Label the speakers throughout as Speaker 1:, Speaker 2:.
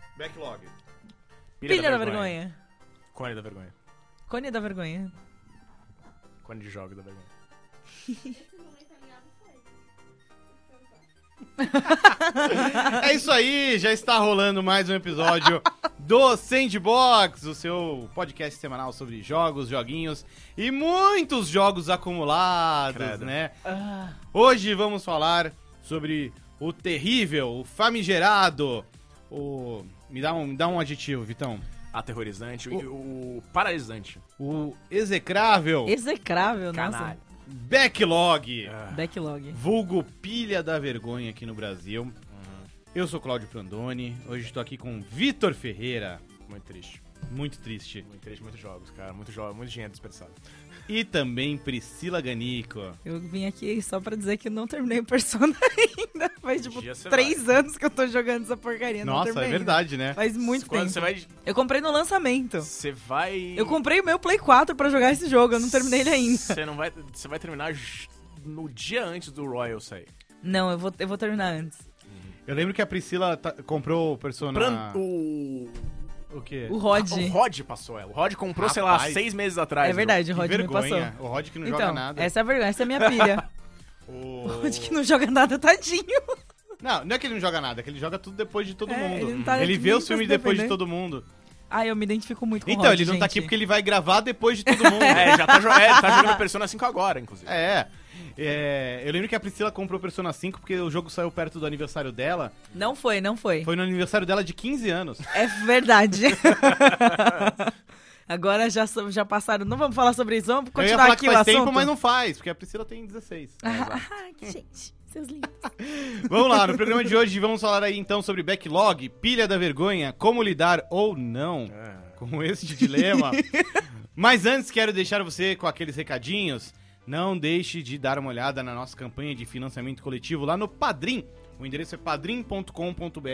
Speaker 1: querido.
Speaker 2: Pilha, da, vergonha.
Speaker 1: Cone da vergonha.
Speaker 2: Cone da vergonha.
Speaker 1: Cone de jogo da vergonha. É isso aí, já está rolando mais um episódio do Sandbox, o seu podcast semanal sobre jogos, joguinhos e muitos jogos acumulados,
Speaker 3: Credo.
Speaker 1: né?
Speaker 2: Ah.
Speaker 1: Hoje vamos falar sobre o terrível, o famigerado, o... Me dá um, me dá um adjetivo, Vitão.
Speaker 3: Aterrorizante, o, o paralisante.
Speaker 1: O execrável
Speaker 2: Execrável,
Speaker 3: Canalha.
Speaker 1: backlog.
Speaker 3: Ah.
Speaker 2: nossa. Backlog.
Speaker 1: Vulgo pilha da vergonha aqui no Brasil. Eu sou Cláudio Prandoni, hoje estou aqui com Vitor Ferreira,
Speaker 3: Muito triste.
Speaker 1: muito triste,
Speaker 3: Muito triste, muitos jogos, cara. Muito jogo, muito dinheiro desperdiçado.
Speaker 1: e também Priscila Ganico.
Speaker 2: Eu vim aqui só pra dizer que não terminei o Persona ainda. Faz, tipo,
Speaker 3: dia você
Speaker 2: três anos que eu tô jogando essa porcaria. não
Speaker 1: Nossa, é
Speaker 2: terminei
Speaker 1: verdade,
Speaker 2: ainda.
Speaker 1: né?
Speaker 2: Faz muito
Speaker 3: Quando
Speaker 2: tempo.
Speaker 3: você vai.
Speaker 2: Eu comprei no lançamento.
Speaker 3: Você vai.
Speaker 2: Eu comprei o meu Play 4 pra jogar esse jogo, eu não terminei ele ainda.
Speaker 3: Você não vai. Você vai terminar j- no dia antes do Royal sair.
Speaker 2: Não, eu vou, eu vou terminar antes.
Speaker 1: Eu lembro que a Priscila ta- comprou o Persona...
Speaker 3: Pran- O.
Speaker 1: Ah, O quê?
Speaker 2: O Rod.
Speaker 3: O Rod passou ela. O Rod comprou, sei lá,
Speaker 1: Rapaz.
Speaker 3: seis meses atrás.
Speaker 2: É verdade,
Speaker 1: Que
Speaker 2: o Rod me passou.
Speaker 1: vergonha, o Rod que não joga
Speaker 2: Então,
Speaker 1: nada.
Speaker 2: essa é a vergonha, essa é a minha pilha.
Speaker 1: O-
Speaker 2: o Rod que não joga nada, tadinho.
Speaker 1: Não, não é que ele não joga nada, é que ele joga tudo depois de todo
Speaker 2: É,
Speaker 1: mundo.
Speaker 2: ele não tá
Speaker 1: ele
Speaker 2: nem
Speaker 1: vê os
Speaker 2: pra
Speaker 1: filmes
Speaker 2: se
Speaker 1: depois de
Speaker 2: defender.
Speaker 1: todo mundo.
Speaker 2: Ai, eu me identifico muito com o
Speaker 1: Então,
Speaker 2: Rod,
Speaker 1: ele não tá aqui
Speaker 2: gente.
Speaker 1: porque ele vai gravar depois de todo mundo.
Speaker 3: viu? É, já tá, jo- é, tá jogando Persona 5 agora, inclusive.
Speaker 1: É. É, eu lembro que a Priscila comprou Persona 5 porque o jogo saiu perto do aniversário dela.
Speaker 2: Não foi, não foi.
Speaker 1: Foi no aniversário dela de 15 anos.
Speaker 2: É verdade. Agora já, so- já passaram. Não vamos falar sobre isso, vamos
Speaker 1: eu ia
Speaker 2: continuar
Speaker 1: falar
Speaker 2: aqui
Speaker 1: que
Speaker 2: o
Speaker 1: faz
Speaker 2: assunto.
Speaker 1: tempo, mas não faz, porque a Priscila tem 16.
Speaker 2: Ah, que gente, seus lindos.
Speaker 1: vamos lá, no programa de hoje vamos falar aí então sobre backlog, pilha da vergonha, como lidar ou não
Speaker 3: É.
Speaker 1: com este dilema. Mas antes quero deixar você com aqueles recadinhos. Não deixe de dar uma olhada na nossa campanha de financiamento coletivo lá no Padrim. O endereço é padrim.com.br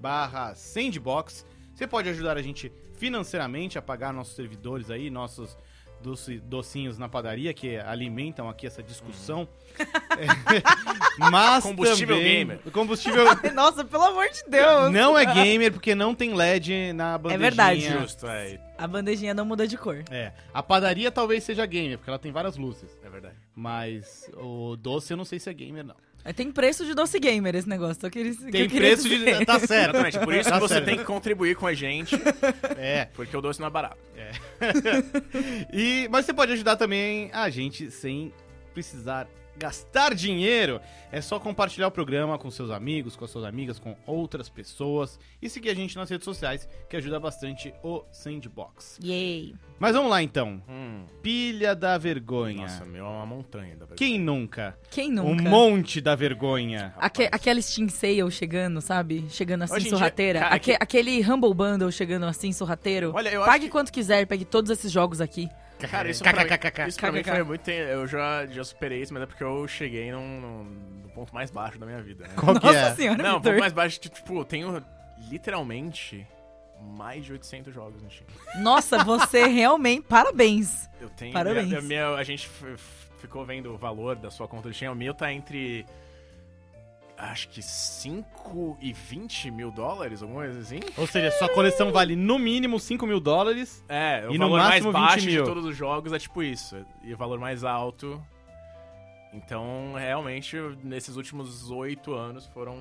Speaker 1: barra sandbox. Você pode ajudar a gente financeiramente a pagar nossos servidores aí, nossos doce- docinhos na padaria que alimentam aqui essa discussão. É, Mas
Speaker 3: Uhum. Combustível
Speaker 1: também-
Speaker 3: gamer.
Speaker 1: o Combustível
Speaker 2: Nossa, pelo amor de Deus.
Speaker 1: não é gamer porque não tem LED na bandejinha.
Speaker 2: verdade.
Speaker 3: Justo, é,
Speaker 2: A bandejinha não muda de cor.
Speaker 1: É, a padaria talvez seja gamer, porque ela tem várias luzes.
Speaker 3: é verdade.
Speaker 1: Mas o doce eu não sei se é gamer, não.
Speaker 2: É, Tem preço de doce gamer esse negócio. só que eles- que
Speaker 1: Tem
Speaker 2: eu queria
Speaker 1: preço
Speaker 2: dizer.
Speaker 1: de. Tá certo.
Speaker 3: Exatamente, por isso
Speaker 1: Tá
Speaker 3: que você
Speaker 1: certo.
Speaker 3: tem que contribuir com a gente,
Speaker 1: É.
Speaker 3: porque o doce não é barato.
Speaker 1: E, mas você pode ajudar também a gente sem precisar gastar dinheiro. É só compartilhar o programa com seus amigos, com as suas amigas, com outras pessoas. E seguir a gente nas redes sociais, que ajuda bastante o Sandbox.
Speaker 2: Yay.
Speaker 1: Mas vamos lá então.
Speaker 3: Hum,
Speaker 1: Pilha da vergonha.
Speaker 3: nossa, meu, é uma montanha. Da verdade.
Speaker 1: Quem nunca?
Speaker 2: Quem
Speaker 1: Um
Speaker 2: nunca?
Speaker 1: monte da vergonha.
Speaker 2: Aque,
Speaker 3: Rapaz.
Speaker 2: aquela Steam Sale chegando, sabe? Chegando assim,
Speaker 3: Hoje em dia,
Speaker 2: sorrateira.
Speaker 3: cara,
Speaker 2: Aque-
Speaker 3: que-
Speaker 2: Aquele Humble Bundle chegando assim, sorrateiro.
Speaker 3: Olha, eu acho
Speaker 2: Pague
Speaker 3: que-
Speaker 2: quanto quiser, pegue todos esses jogos aqui.
Speaker 3: Cara, isso pra,
Speaker 1: KKKK.
Speaker 3: mim, isso pra mim
Speaker 2: KKK.
Speaker 3: foi muito tempo. Eu já, já superei isso, mas é porque eu cheguei num, num- no ponto mais baixo da minha vida. Né?
Speaker 1: Qual que
Speaker 2: Nossa
Speaker 1: é?
Speaker 2: senhora,
Speaker 3: Não, o
Speaker 2: Vitor.
Speaker 3: ponto mais baixo, que, tipo, eu tenho literalmente mais de 800 jogos no Steam.
Speaker 2: Nossa, você realmente. Parabéns.
Speaker 3: Eu tenho.
Speaker 2: Parabéns.
Speaker 3: minha- minha- a gente f- f- ficou vendo o valor da sua conta do Steam. O meu tá entre. Acho que 5 e 20 mil dólares, alguma coisa assim.
Speaker 1: Ou seja, sua coleção vale no mínimo 5 mil dólares.
Speaker 3: É, o
Speaker 1: E no
Speaker 3: valor
Speaker 1: máximo
Speaker 3: mais baixo
Speaker 1: 20 mil.
Speaker 3: de todos os jogos é tipo isso. E o valor mais alto. Então, realmente, nesses últimos oito anos foram.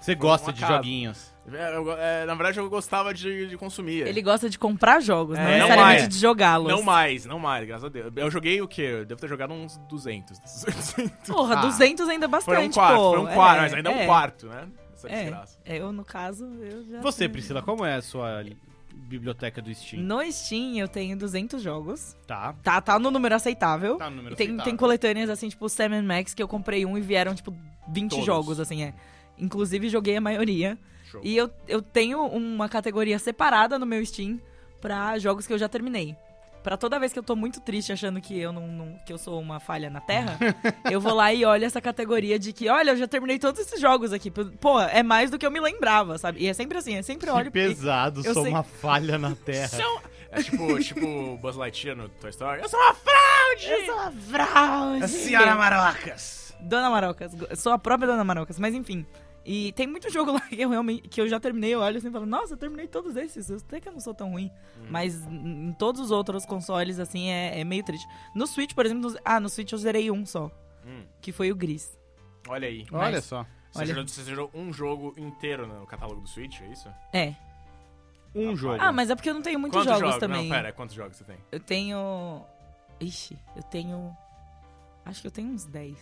Speaker 1: Você
Speaker 3: foram
Speaker 1: gosta
Speaker 3: um
Speaker 1: de
Speaker 3: acaso.
Speaker 1: joguinhos.
Speaker 3: É, eu go- é, na verdade, eu gostava de, de consumir.
Speaker 2: Ele gosta de comprar jogos, não
Speaker 3: É, não
Speaker 2: necessariamente
Speaker 3: mais.
Speaker 2: de jogá-los.
Speaker 3: Não mais, não mais, graças a Deus. Eu joguei o quê? Eu devo ter jogado uns 200. 200.
Speaker 2: Porra,
Speaker 1: Ah.
Speaker 2: 200 ainda é
Speaker 3: Foi
Speaker 2: bastante,
Speaker 3: um quarto,
Speaker 2: pô.
Speaker 3: foi um quarto,
Speaker 2: É,
Speaker 3: mas ainda é
Speaker 2: é,
Speaker 3: um quarto, né? Essa
Speaker 2: É,
Speaker 3: desgraça.
Speaker 2: eu, no caso, eu já...
Speaker 1: Você,
Speaker 2: tenho-
Speaker 1: Priscila, como é a sua li- biblioteca do Steam?
Speaker 2: No Steam eu tenho 200 jogos.
Speaker 1: Tá.
Speaker 2: Tá, tá no número aceitável.
Speaker 1: Tá no número
Speaker 2: E tem, tem coletâneas, assim, tipo Sam Max, que eu comprei um e vieram, tipo, 20
Speaker 3: Todos.
Speaker 2: jogos, assim, é. Inclusive, joguei a maioria.
Speaker 3: Show.
Speaker 2: E eu, eu tenho uma categoria separada no meu Steam pra jogos que eu já terminei. Pra toda vez que eu tô muito triste achando que eu não, não- que eu sou uma falha na Terra, eu vou lá e olho essa categoria de que, olha, eu já terminei todos esses jogos aqui. Pô, é mais do que eu me lembrava, sabe? E é sempre assim, é sempre olho.
Speaker 1: Que pesado,
Speaker 2: eu
Speaker 1: sou
Speaker 2: sei-
Speaker 1: uma falha na terra.
Speaker 3: São- É tipo, tipo o Buzz Lightyear no Toy Story. Eu sou uma fraude!
Speaker 2: Eu sou é uma fraude.
Speaker 3: Marocas!
Speaker 2: Dona Marocas, go- sou a própria Dona Marocas, mas enfim. E tem muito jogo lá que eu realmente que eu já terminei, eu olho assim e falo, nossa, eu terminei todos esses, eu sei que eu não sou tão ruim.
Speaker 3: Hum.
Speaker 2: Mas em em todos os outros consoles, assim, é, é meio triste. No Switch, por exemplo, no- ah, no Switch eu zerei um só,
Speaker 3: Hum,
Speaker 2: que foi o Gris.
Speaker 3: olha aí.
Speaker 1: Olha
Speaker 2: Mas-
Speaker 1: só.
Speaker 3: Você,
Speaker 2: olha-
Speaker 3: Gerou, você gerou um jogo inteiro no catálogo do Switch, é isso?
Speaker 2: É.
Speaker 1: Um
Speaker 3: Rapaz.
Speaker 1: jogo.
Speaker 2: Ah, mas é porque eu não tenho muitos jogos também.
Speaker 3: Não, pera, quantos jogos você tem?
Speaker 2: Eu tenho. Ixi, eu tenho. Acho que eu tenho uns 10.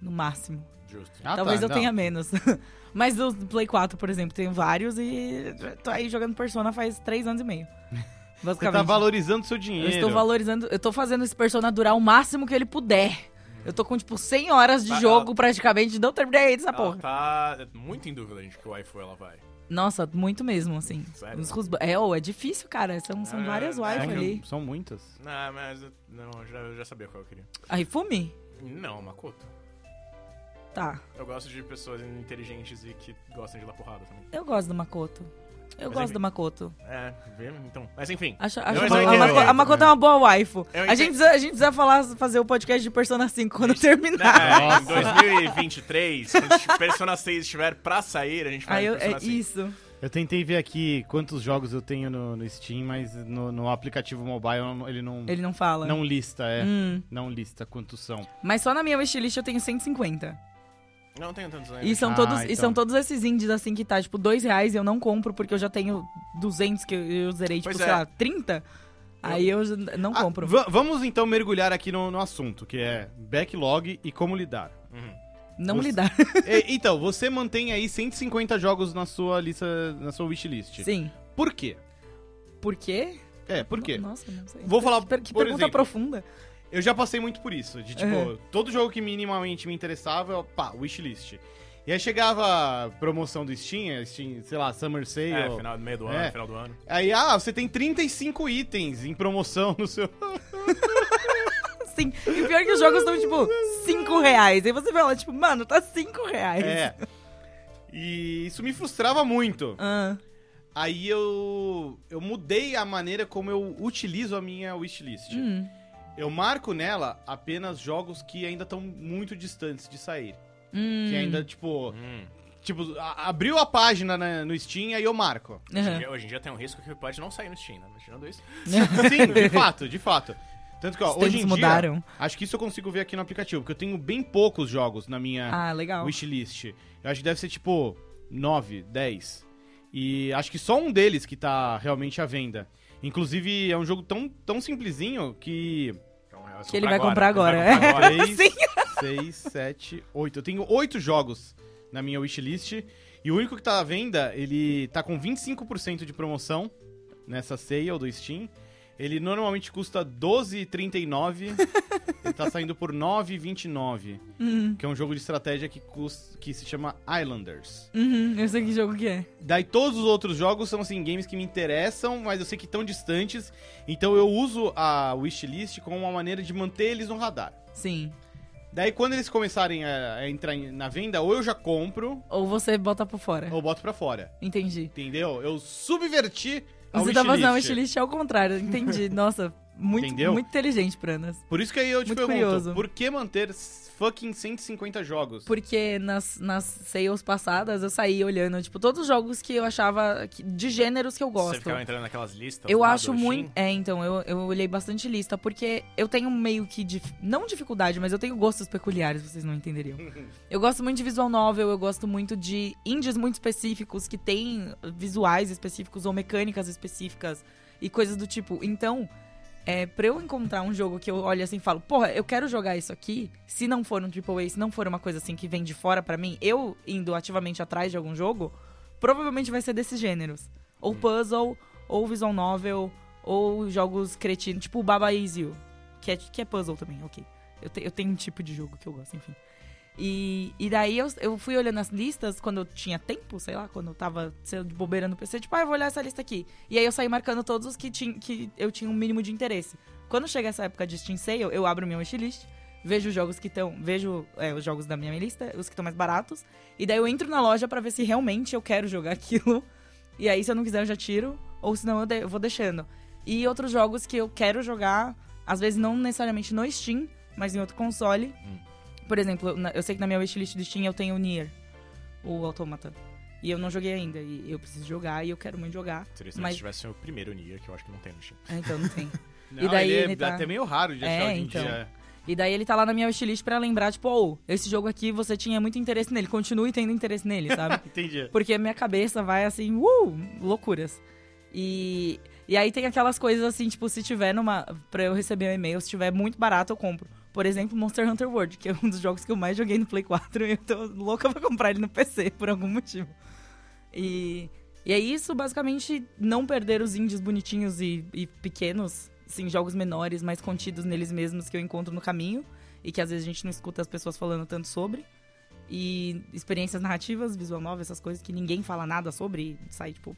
Speaker 2: No máximo.
Speaker 3: Justo.
Speaker 1: Ah, tá,
Speaker 2: Talvez eu
Speaker 1: não.
Speaker 2: tenha menos. Mas do Play 4, por exemplo, tenho vários e tô aí jogando Persona faz 3 anos e meio.
Speaker 1: Você
Speaker 2: Basicamente.
Speaker 1: tá valorizando seu
Speaker 2: eu
Speaker 1: dinheiro.
Speaker 2: estou valorizando. Eu tô fazendo esse Persona durar o máximo que ele puder. Eu tô com, tipo, 100 horas de
Speaker 3: Tá,
Speaker 2: jogo praticamente. Não terminei essa
Speaker 3: ela
Speaker 2: Ah, porra.
Speaker 3: tá muito em dúvida, gente, que o iPhone ela vai.
Speaker 2: Nossa, muito mesmo, assim.
Speaker 3: Sério?
Speaker 2: Uns rusba- É, ô, é difícil, cara. São, são
Speaker 3: É,
Speaker 2: várias
Speaker 3: é
Speaker 2: wife
Speaker 3: que eu-
Speaker 2: ali.
Speaker 1: São muitas.
Speaker 3: Não, mas... eu- Não, eu já, eu já sabia qual eu queria.
Speaker 2: Aí, Fumi?
Speaker 3: Não, Makoto.
Speaker 2: Tá.
Speaker 3: Eu gosto de pessoas inteligentes e que gostam de dar porrada também.
Speaker 2: Eu gosto do Makoto. Eu
Speaker 3: Mas
Speaker 2: gosto
Speaker 3: enfim.
Speaker 2: do Makoto.
Speaker 3: É, vê? Então... Mas enfim.
Speaker 2: Acho,
Speaker 3: Eu
Speaker 2: acho
Speaker 3: entendo,
Speaker 2: uma- a,
Speaker 3: eu
Speaker 2: Mako- a
Speaker 3: entendo.
Speaker 2: Makoto é uma boa waifu.
Speaker 3: Eu
Speaker 2: A gente,
Speaker 3: entendo.
Speaker 2: precisa, a gente precisa falar, fazer o podcast de Persona 5 quando terminar.
Speaker 3: Né, em
Speaker 1: Nossa.
Speaker 3: 2023, quando o Persona 6 estiver pra sair, a gente faz
Speaker 2: Aí eu- é
Speaker 3: Persona 5.
Speaker 2: isso.
Speaker 1: Eu tentei ver aqui quantos jogos eu tenho no, no Steam, mas no, no aplicativo mobile não- ele não,
Speaker 2: Ele não fala.
Speaker 1: não lista, é.
Speaker 2: Hum,
Speaker 1: Não lista quantos são.
Speaker 2: mas só na minha wishlist eu tenho 150.
Speaker 3: Não tenho tantos ainda.
Speaker 2: E são,
Speaker 1: Ah,
Speaker 2: todos, e
Speaker 1: então.
Speaker 2: são todos esses indies assim que tá, tipo, dois reais e eu não compro porque eu já tenho 200 que eu, eu zerei, tipo,
Speaker 3: Pois
Speaker 2: sei
Speaker 3: é.
Speaker 2: lá, 30. Aí eu já não
Speaker 1: Ah,
Speaker 2: compro.
Speaker 1: va- vamos então mergulhar aqui no, no assunto, que é backlog e como lidar.
Speaker 3: Uhum.
Speaker 2: não
Speaker 1: você-
Speaker 2: lidar.
Speaker 1: E- então, você mantém aí 150 jogos na sua lista, na sua wishlist.
Speaker 2: Sim.
Speaker 1: Por quê?
Speaker 2: Por quê?
Speaker 1: É, por quê?
Speaker 2: Nossa, não sei.
Speaker 1: Vou falar,
Speaker 2: Que per- que
Speaker 1: por
Speaker 2: pergunta
Speaker 1: exemplo,
Speaker 2: profunda.
Speaker 1: Eu já passei muito por isso. De tipo,
Speaker 2: Uhum.
Speaker 1: todo jogo que minimamente me interessava, eu, pá, wishlist. E aí chegava a promoção do Steam, é, Steam, sei lá, Summer Sale.
Speaker 3: É, final, meio do ano,
Speaker 1: É.
Speaker 3: final do ano.
Speaker 1: Aí, ah, você tem 35 itens em promoção no seu.
Speaker 2: Sim. E pior que os jogos estão, tipo, 5 reais. Aí você fala, tipo, mano, tá 5 reais.
Speaker 1: É. E isso me frustrava muito.
Speaker 2: Ah,
Speaker 1: Aí eu eu mudei a maneira como eu utilizo a minha wishlist.
Speaker 2: hum.
Speaker 1: Eu marco nela apenas jogos que ainda estão muito distantes de sair.
Speaker 2: Hum.
Speaker 1: Que ainda, tipo,
Speaker 3: Hum,
Speaker 1: tipo a- abriu a página na- no Steam, aí eu marco.
Speaker 3: Hoje, em
Speaker 2: Aham.
Speaker 3: dia, hoje em dia tem um risco que pode não sair no Steam, né? Mas tirando isso...
Speaker 1: Sim, de fato, de fato. Tanto que, ó,
Speaker 2: Os
Speaker 1: hoje
Speaker 2: tempos
Speaker 1: em dia, né?
Speaker 2: mudaram.
Speaker 1: acho que isso eu consigo ver aqui no aplicativo, porque eu tenho bem poucos jogos na minha
Speaker 2: Ah, legal.
Speaker 1: wishlist. Eu acho que deve ser tipo 9, 10. E acho que só um deles que tá realmente à venda. Inclusive, é um jogo tão, tão simplesinho que.
Speaker 3: Então, é só
Speaker 2: Que ele
Speaker 3: pra
Speaker 2: vai comprar agora. é.
Speaker 3: vai comprar agora.
Speaker 1: 3,
Speaker 2: Sim.
Speaker 1: 6, 7, 8. Eu tenho 8 jogos na minha wishlist. E o único que tá à venda, ele tá com 25% de promoção nessa sale do Steam. Ele normalmente custa 12,39. ele tá saindo por 9,29.
Speaker 2: Uhum.
Speaker 1: Que é um jogo de estratégia que, cus- que se chama Islanders.
Speaker 2: Uhum. Eu sei que jogo que é.
Speaker 1: Daí todos os outros jogos são assim, games que me interessam, mas eu sei que estão distantes. Então eu uso a wishlist como uma maneira de manter eles no radar.
Speaker 2: Sim.
Speaker 1: Daí quando eles começarem a, a entrar em- na venda, ou eu já compro,
Speaker 2: Ou você bota por fora.
Speaker 1: ou boto pra fora.
Speaker 2: Entendi.
Speaker 1: Entendeu? Eu subverti a
Speaker 2: você tá fazendo a wishlist ao contrário. Entendi. Nossa, muito,
Speaker 1: Entendeu?
Speaker 2: muito inteligente, Pranas.
Speaker 1: Por isso que aí eu te
Speaker 2: Muito
Speaker 1: pergunto,
Speaker 2: curioso.
Speaker 1: por que manter s- fucking 150 jogos?
Speaker 2: Porque nas, nas sales passadas eu saí olhando, tipo, todos os jogos que eu achava que- de gêneros que eu
Speaker 3: Você
Speaker 2: gosto.
Speaker 3: ficava entrando naquelas listas.
Speaker 2: Eu
Speaker 3: lá do
Speaker 2: acho
Speaker 3: Steam?
Speaker 2: muito. É, então, eu, eu olhei bastante lista, porque eu tenho meio que. dif- Não dificuldade, mas eu tenho gostos peculiares, vocês não entenderiam. Eu gosto muito de visual novel, eu gosto muito de indies muito específicos, que tem visuais específicos ou mecânicas específicas e coisas do tipo. Então, é, pra eu encontrar um jogo que eu olho assim e falo, porra, eu quero jogar isso aqui, se não for um AAA, se não for uma coisa assim que vem de fora pra mim, eu indo ativamente atrás de algum jogo, provavelmente vai ser desses gêneros. Ou puzzle, ou visual novel, ou jogos cretinos, tipo o Baba Is You, que é, que é puzzle também, ok. Eu, te- eu tenho um tipo de jogo que eu gosto, enfim. E, e daí eu, eu fui olhando as listas quando eu tinha tempo, sei lá, quando eu tava sei lá, de bobeira no PC, tipo, ah, eu vou olhar essa lista aqui. E aí eu saí marcando todos os que, tin- que eu tinha um mínimo de interesse. Quando chega essa época de Steam Sale, eu abro minha wishlist, vejo os jogos que estão. Vejo é, os jogos da minha lista, os que estão mais baratos. E daí eu entro na loja pra ver se realmente eu quero jogar aquilo. E aí, se eu não quiser, eu já tiro. Ou senão eu, de- eu vou deixando. E outros jogos que eu quero jogar, às vezes não necessariamente no Steam, mas em outro console. Por exemplo, na- eu sei que na minha wishlist do Steam eu tenho o Nier. o Automata. E eu não joguei ainda, e eu preciso jogar, e eu quero muito jogar.
Speaker 3: Seria se
Speaker 2: Mas-
Speaker 3: tivesse o primeiro Nier, que eu acho que não tem no Steam.
Speaker 2: Ah, então não tem.
Speaker 1: Não,
Speaker 2: daí
Speaker 1: ele é
Speaker 2: ele tá-
Speaker 1: até meio raro de achar
Speaker 2: É,
Speaker 1: hoje em
Speaker 2: então.
Speaker 1: dia.
Speaker 2: E daí ele tá lá na minha wishlist pra lembrar, tipo, ô, esse jogo aqui você tinha muito interesse nele, continue tendo interesse nele, sabe?
Speaker 1: Entendi.
Speaker 2: Porque minha cabeça vai assim, uh, loucuras. E, e aí tem aquelas coisas assim, tipo, se tiver numa. Pra eu receber um e-mail, se tiver muito barato, eu compro. Por exemplo, Monster Hunter World, que é um dos jogos que eu mais joguei no Play 4 e eu tô louca pra comprar ele no PC, por algum motivo. E, e é isso, basicamente, não perder os indies bonitinhos e, e pequenos, sim, jogos menores, mais contidos neles mesmos que eu encontro no caminho e que às vezes a gente não escuta as pessoas falando tanto sobre. E experiências narrativas, visual nova, essas coisas que ninguém fala nada sobre e sai, tipo.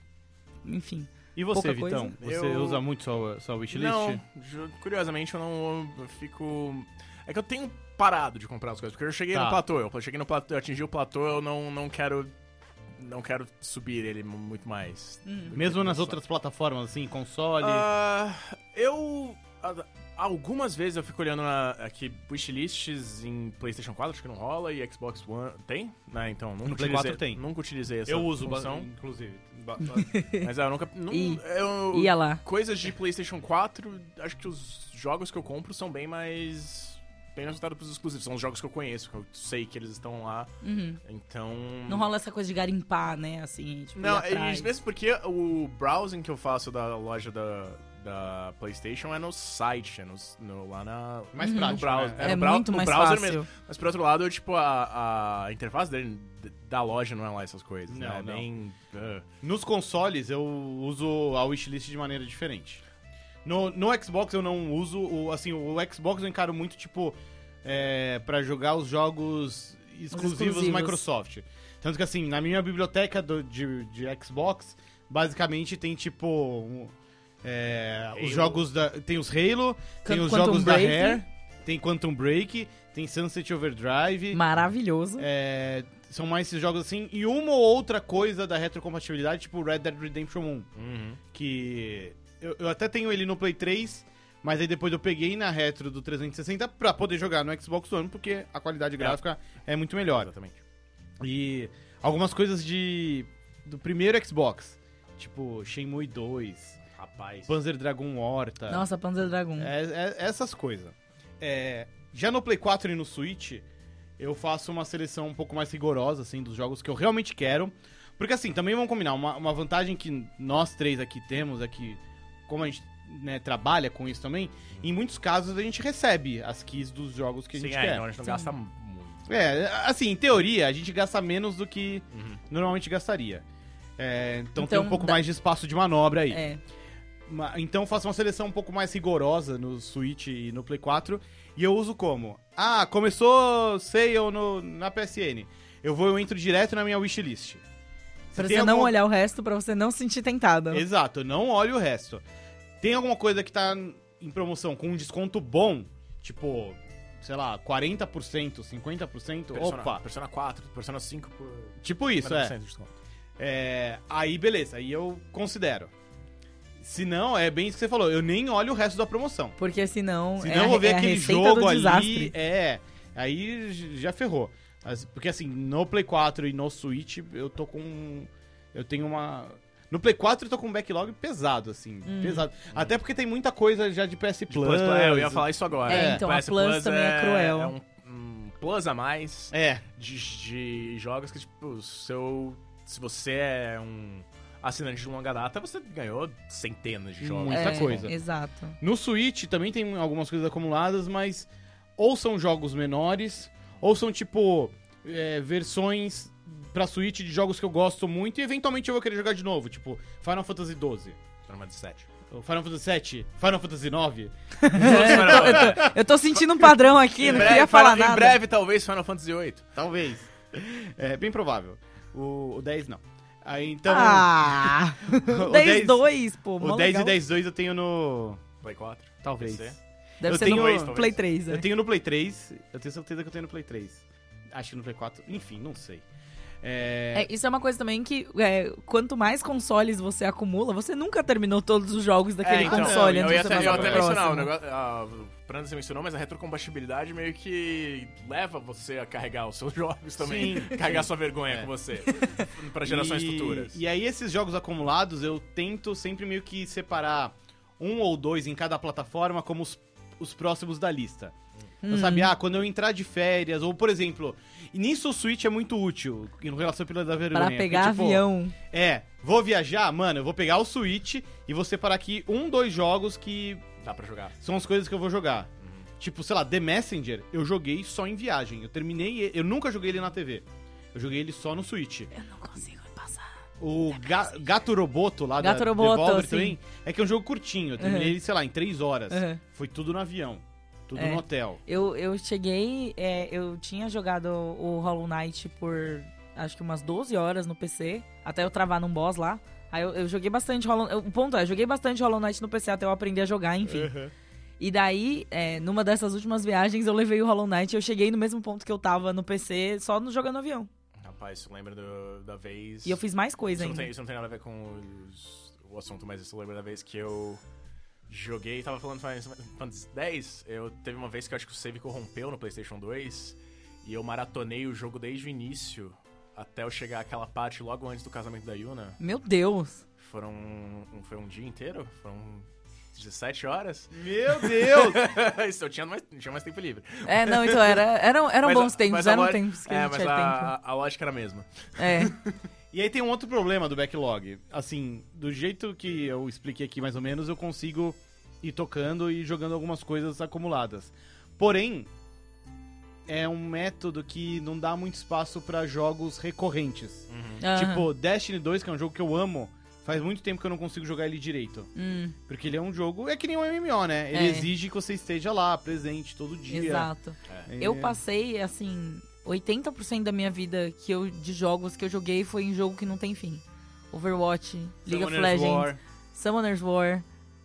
Speaker 2: Enfim.
Speaker 1: E você,
Speaker 2: Pouca coisa.
Speaker 1: Vitão? Você
Speaker 3: Eu-
Speaker 1: usa muito sua, sua wishlist?
Speaker 3: Não, ju- curiosamente eu não eu fico. É que eu tenho parado de comprar as coisas, porque eu cheguei
Speaker 1: Tá.
Speaker 3: no platô, eu cheguei no platô, eu atingi o platô, eu não, não quero. Não quero subir ele mu- muito mais. do que
Speaker 1: Mesmo
Speaker 3: ele
Speaker 1: nas
Speaker 3: só-
Speaker 1: outras plataformas, assim, console.
Speaker 3: Ah, eu. a- Algumas vezes eu fico olhando na, aqui wishlists em PlayStation 4, acho que não rola, e Xbox One. Tem? Né, então, nunca
Speaker 1: No Play
Speaker 3: utilizei-
Speaker 1: 4 tem.
Speaker 3: Nunca utilizei essa.
Speaker 1: eu uso, ba-
Speaker 3: função,
Speaker 1: inclusive. Ba-
Speaker 3: Mas eu nunca. Não,
Speaker 2: Ih.
Speaker 3: eu,
Speaker 2: Ia lá.
Speaker 3: coisas de PlayStation 4, acho que os jogos que eu compro são bem mais. bem mais voltados pros exclusivos. São os jogos que eu conheço, que eu sei que eles estão lá.
Speaker 2: Uhum.
Speaker 3: Então.
Speaker 2: Não rola essa coisa de garimpar, né? Assim, tipo,
Speaker 3: Não,
Speaker 2: ir atrás.
Speaker 3: e mesmo porque o browsing que eu faço da loja da, da PlayStation é no site, é no, no- lá na.
Speaker 1: Mais
Speaker 3: no
Speaker 1: prático,
Speaker 3: browser.
Speaker 1: né?
Speaker 2: É
Speaker 3: no brau-
Speaker 2: muito
Speaker 3: no
Speaker 2: mais
Speaker 3: browser
Speaker 2: fácil.
Speaker 3: mesmo. Mas por outro lado, eu, tipo, a, a interface dele, da loja não é lá essas coisas.
Speaker 1: Não,
Speaker 3: né? É
Speaker 1: não.
Speaker 3: bem. uh,
Speaker 1: Nos consoles, eu uso a wishlist de maneira diferente. No, no Xbox, eu não uso. O, assim, o Xbox eu encaro muito, tipo, é, para jogar os jogos exclusivos
Speaker 2: exclusivos.
Speaker 1: do Microsoft. Tanto que, assim, na minha biblioteca do- de, de Xbox, basicamente tem, tipo. um, é,
Speaker 3: Halo.
Speaker 1: os jogos da. Tem os Halo, tem
Speaker 2: Quantum
Speaker 1: os jogos
Speaker 2: um Break.
Speaker 1: da Rare, tem Quantum Break, tem Sunset Overdrive.
Speaker 2: Maravilhoso.
Speaker 1: É, são mais esses jogos assim. E uma ou outra coisa da retrocompatibilidade, tipo Red Dead Redemption 1.
Speaker 3: uhum.
Speaker 1: Que eu, eu até tenho ele no Play 3, mas aí depois eu peguei na retro do 360 pra poder jogar no Xbox One, porque a qualidade gráfica é, muito melhor.
Speaker 3: Exatamente.
Speaker 1: E algumas coisas de do primeiro Xbox, tipo Shenmue 2,
Speaker 3: Rapaz.
Speaker 1: Panzer Dragon Horta.
Speaker 2: Nossa, Panzer Dragon.
Speaker 1: É- é- essas coisas. É, já no Play 4 e no Switch, eu faço uma seleção um pouco mais rigorosa, assim, dos jogos que eu realmente quero. Porque, assim, também vamos combinar, uma, uma vantagem que nós três aqui temos é que, como a gente né, trabalha com isso também, em muitos casos a gente recebe as keys dos jogos que a
Speaker 3: Sim,
Speaker 1: gente
Speaker 3: é,
Speaker 1: quer.
Speaker 3: então a gente não
Speaker 2: Sim.
Speaker 3: gasta muito.
Speaker 1: É, assim, em teoria, a gente gasta menos do que
Speaker 3: Uhum.
Speaker 1: normalmente gastaria. É, então, tem
Speaker 2: Então,
Speaker 1: um pouco
Speaker 2: dá-
Speaker 1: mais de espaço de manobra aí.
Speaker 2: É.
Speaker 1: Ma- Então eu faço uma seleção um pouco mais rigorosa no Switch e no Play 4. E eu uso como? Ah, começou sale no, na PSN. Eu vou, eu entro direto na minha wishlist. Se
Speaker 2: Pra
Speaker 1: tem
Speaker 2: você não
Speaker 1: alguma-
Speaker 2: olhar o resto, pra você não se sentir tentada.
Speaker 1: Exato, eu não olho o resto. Tem alguma coisa que tá em promoção com um desconto bom, tipo, sei lá, 40%, 50%,
Speaker 3: Persona,
Speaker 1: opa,
Speaker 3: Persona 4, Persona 5 por
Speaker 1: tipo isso, é.
Speaker 3: 40% de desconto.
Speaker 1: É, aí beleza, aí eu considero. Se não, é bem isso que você falou, eu nem olho o resto da promoção.
Speaker 2: Porque senão.
Speaker 1: Se
Speaker 2: é
Speaker 1: não
Speaker 2: a,
Speaker 1: vou ver
Speaker 2: é a
Speaker 1: aquele
Speaker 2: receita
Speaker 1: jogo
Speaker 2: do
Speaker 1: ali,
Speaker 2: desastre.
Speaker 1: é. Aí j- já ferrou. As- Porque assim, no Play 4 e no Switch, eu tô com. Eu tenho uma. No Play 4 eu tô com um backlog pesado, assim.
Speaker 2: Hum.
Speaker 1: Pesado. Até porque tem muita coisa já de PS Plus.
Speaker 3: Plus, é, eu ia falar isso agora.
Speaker 2: É, então, a
Speaker 3: PS
Speaker 2: Plus também é cruel.
Speaker 3: É um, um plus a mais
Speaker 1: É,
Speaker 3: de, de jogos que, tipo, seu, se você é um assinante de longa data, você ganhou centenas de jogos.
Speaker 1: Muita
Speaker 2: É,
Speaker 1: coisa.
Speaker 2: Exato.
Speaker 1: No Switch também tem algumas coisas acumuladas, mas ou são jogos menores, ou são tipo é, versões pra Switch de jogos que eu gosto muito e eventualmente eu vou querer jogar de novo, tipo Final Fantasy XII,
Speaker 3: Turma de sete.
Speaker 1: Final Fantasy VII, Final Fantasy IX.
Speaker 2: Eu tô sentindo um padrão aqui,
Speaker 3: Em
Speaker 2: não
Speaker 3: breve,
Speaker 2: queria falar
Speaker 3: Final-
Speaker 2: nada.
Speaker 3: Em breve, talvez, Final Fantasy VIII.
Speaker 1: Talvez. É bem provável. O, o 10 não. Aí, então,
Speaker 2: ah!
Speaker 1: o 10,
Speaker 2: 10-2, pô.
Speaker 1: o 10 e 10 2 eu tenho no...
Speaker 3: Play 4.
Speaker 1: Talvez.
Speaker 3: PC.
Speaker 2: Deve
Speaker 1: eu
Speaker 2: ser
Speaker 1: tenho
Speaker 2: no
Speaker 3: dois, talvez.
Speaker 2: Play 3, né?
Speaker 1: Eu tenho no Play 3, eu tenho certeza que eu tenho no Play 3. Acho que no Play 4, enfim, não sei. É,
Speaker 2: É, isso é uma coisa também que é, quanto mais consoles você acumula, você nunca terminou todos os jogos daquele
Speaker 3: É, então,
Speaker 2: console
Speaker 3: eu,
Speaker 2: antes
Speaker 3: ia
Speaker 2: de você
Speaker 3: até,
Speaker 2: passar
Speaker 3: eu até
Speaker 2: pro
Speaker 3: mencionar o
Speaker 2: próximo.
Speaker 3: negócio. ah, o Fernando você mencionou, mas a retrocompatibilidade meio que leva você a carregar os seus jogos também.
Speaker 1: Sim.
Speaker 3: carregar sua vergonha
Speaker 1: É.
Speaker 3: com você. Pra gerações
Speaker 1: e,
Speaker 3: futuras.
Speaker 1: E aí, esses jogos acumulados, eu tento sempre meio que separar um ou dois em cada plataforma como os, os próximos da lista.
Speaker 2: Hum.
Speaker 1: Então, sabe, ah, quando eu entrar de férias, ou por exemplo, e nisso o Switch é muito útil, em relação à pila da vergonha.
Speaker 2: Pra
Speaker 1: porque,
Speaker 2: pegar
Speaker 1: tipo,
Speaker 2: avião.
Speaker 1: É, vou viajar, mano, eu vou pegar o Switch e vou separar aqui um, dois jogos que
Speaker 3: Dá pra jogar.
Speaker 1: são as coisas que eu vou jogar.
Speaker 3: Uhum.
Speaker 1: Tipo, sei lá, The Messenger, eu joguei só em viagem. Eu terminei, eu nunca joguei ele na TV. Eu joguei ele só no Switch.
Speaker 2: Eu não consigo passar.
Speaker 1: O Ga- Gato Roboto lá
Speaker 2: Gato
Speaker 1: da
Speaker 2: Roboto,
Speaker 1: Devolver
Speaker 2: sim.
Speaker 1: também, é que é um jogo curtinho. Eu terminei
Speaker 2: Uhum.
Speaker 1: ele, sei lá, em três horas.
Speaker 2: Uhum.
Speaker 1: Foi tudo no avião, tudo
Speaker 2: É.
Speaker 1: no hotel.
Speaker 2: Eu, eu cheguei, é, eu tinha jogado o Hollow Knight por acho que umas 12 horas no PC, até eu travar num boss lá. Aí eu, eu joguei bastante Hollow O ponto é, eu joguei bastante Hollow Knight no PC até eu aprender a jogar, enfim. E daí, é, numa dessas últimas viagens, eu levei o Hollow Knight e eu cheguei no mesmo ponto que eu tava no PC, só no jogando avião.
Speaker 3: Rapaz, isso lembra do- da vez.
Speaker 2: E eu fiz mais coisa
Speaker 3: isso não,
Speaker 2: ainda.
Speaker 3: tem, isso não tem nada a ver com os- o assunto, mas isso lembra da vez que eu joguei, tava falando faz faz 10, eu teve uma vez que eu acho que o save corrompeu no PlayStation 2 e eu maratonei o jogo desde o início até eu chegar àquela parte logo antes do casamento da Yuna.
Speaker 2: Meu Deus!
Speaker 3: Foram um, foi um dia inteiro? Foram 17 horas?
Speaker 1: Meu Deus!
Speaker 3: isso eu tinha mais, tinha mais tempo livre.
Speaker 2: É, não, então era, eram, eram
Speaker 3: Mas a-
Speaker 2: bons tempos,
Speaker 3: mas a
Speaker 2: eram
Speaker 3: lo-
Speaker 2: tempos que
Speaker 3: é,
Speaker 2: a gente
Speaker 3: mas
Speaker 2: tinha
Speaker 3: a, a lógica era a mesma.
Speaker 2: tempo. É.
Speaker 1: E aí tem um outro problema do backlog. Assim, do jeito que eu expliquei aqui mais ou menos, eu consigo ir tocando e jogando algumas coisas acumuladas. Porém, é um método que não dá muito espaço pra jogos recorrentes.
Speaker 2: Aham.
Speaker 1: Tipo, Destiny 2, que é um jogo que eu amo, faz muito tempo que eu não consigo jogar ele direito.
Speaker 2: Hum,
Speaker 1: Porque ele é um jogo, é que nem um MMO, né? Ele
Speaker 2: É.
Speaker 1: exige que você esteja lá, presente todo dia.
Speaker 2: exato.
Speaker 1: É.
Speaker 2: Eu passei, assim, 80% da minha vida que eu, de jogos que eu joguei foi em jogo que não tem fim. Overwatch, League of
Speaker 3: Summoners
Speaker 2: Legends,
Speaker 3: War.
Speaker 2: Summoners War,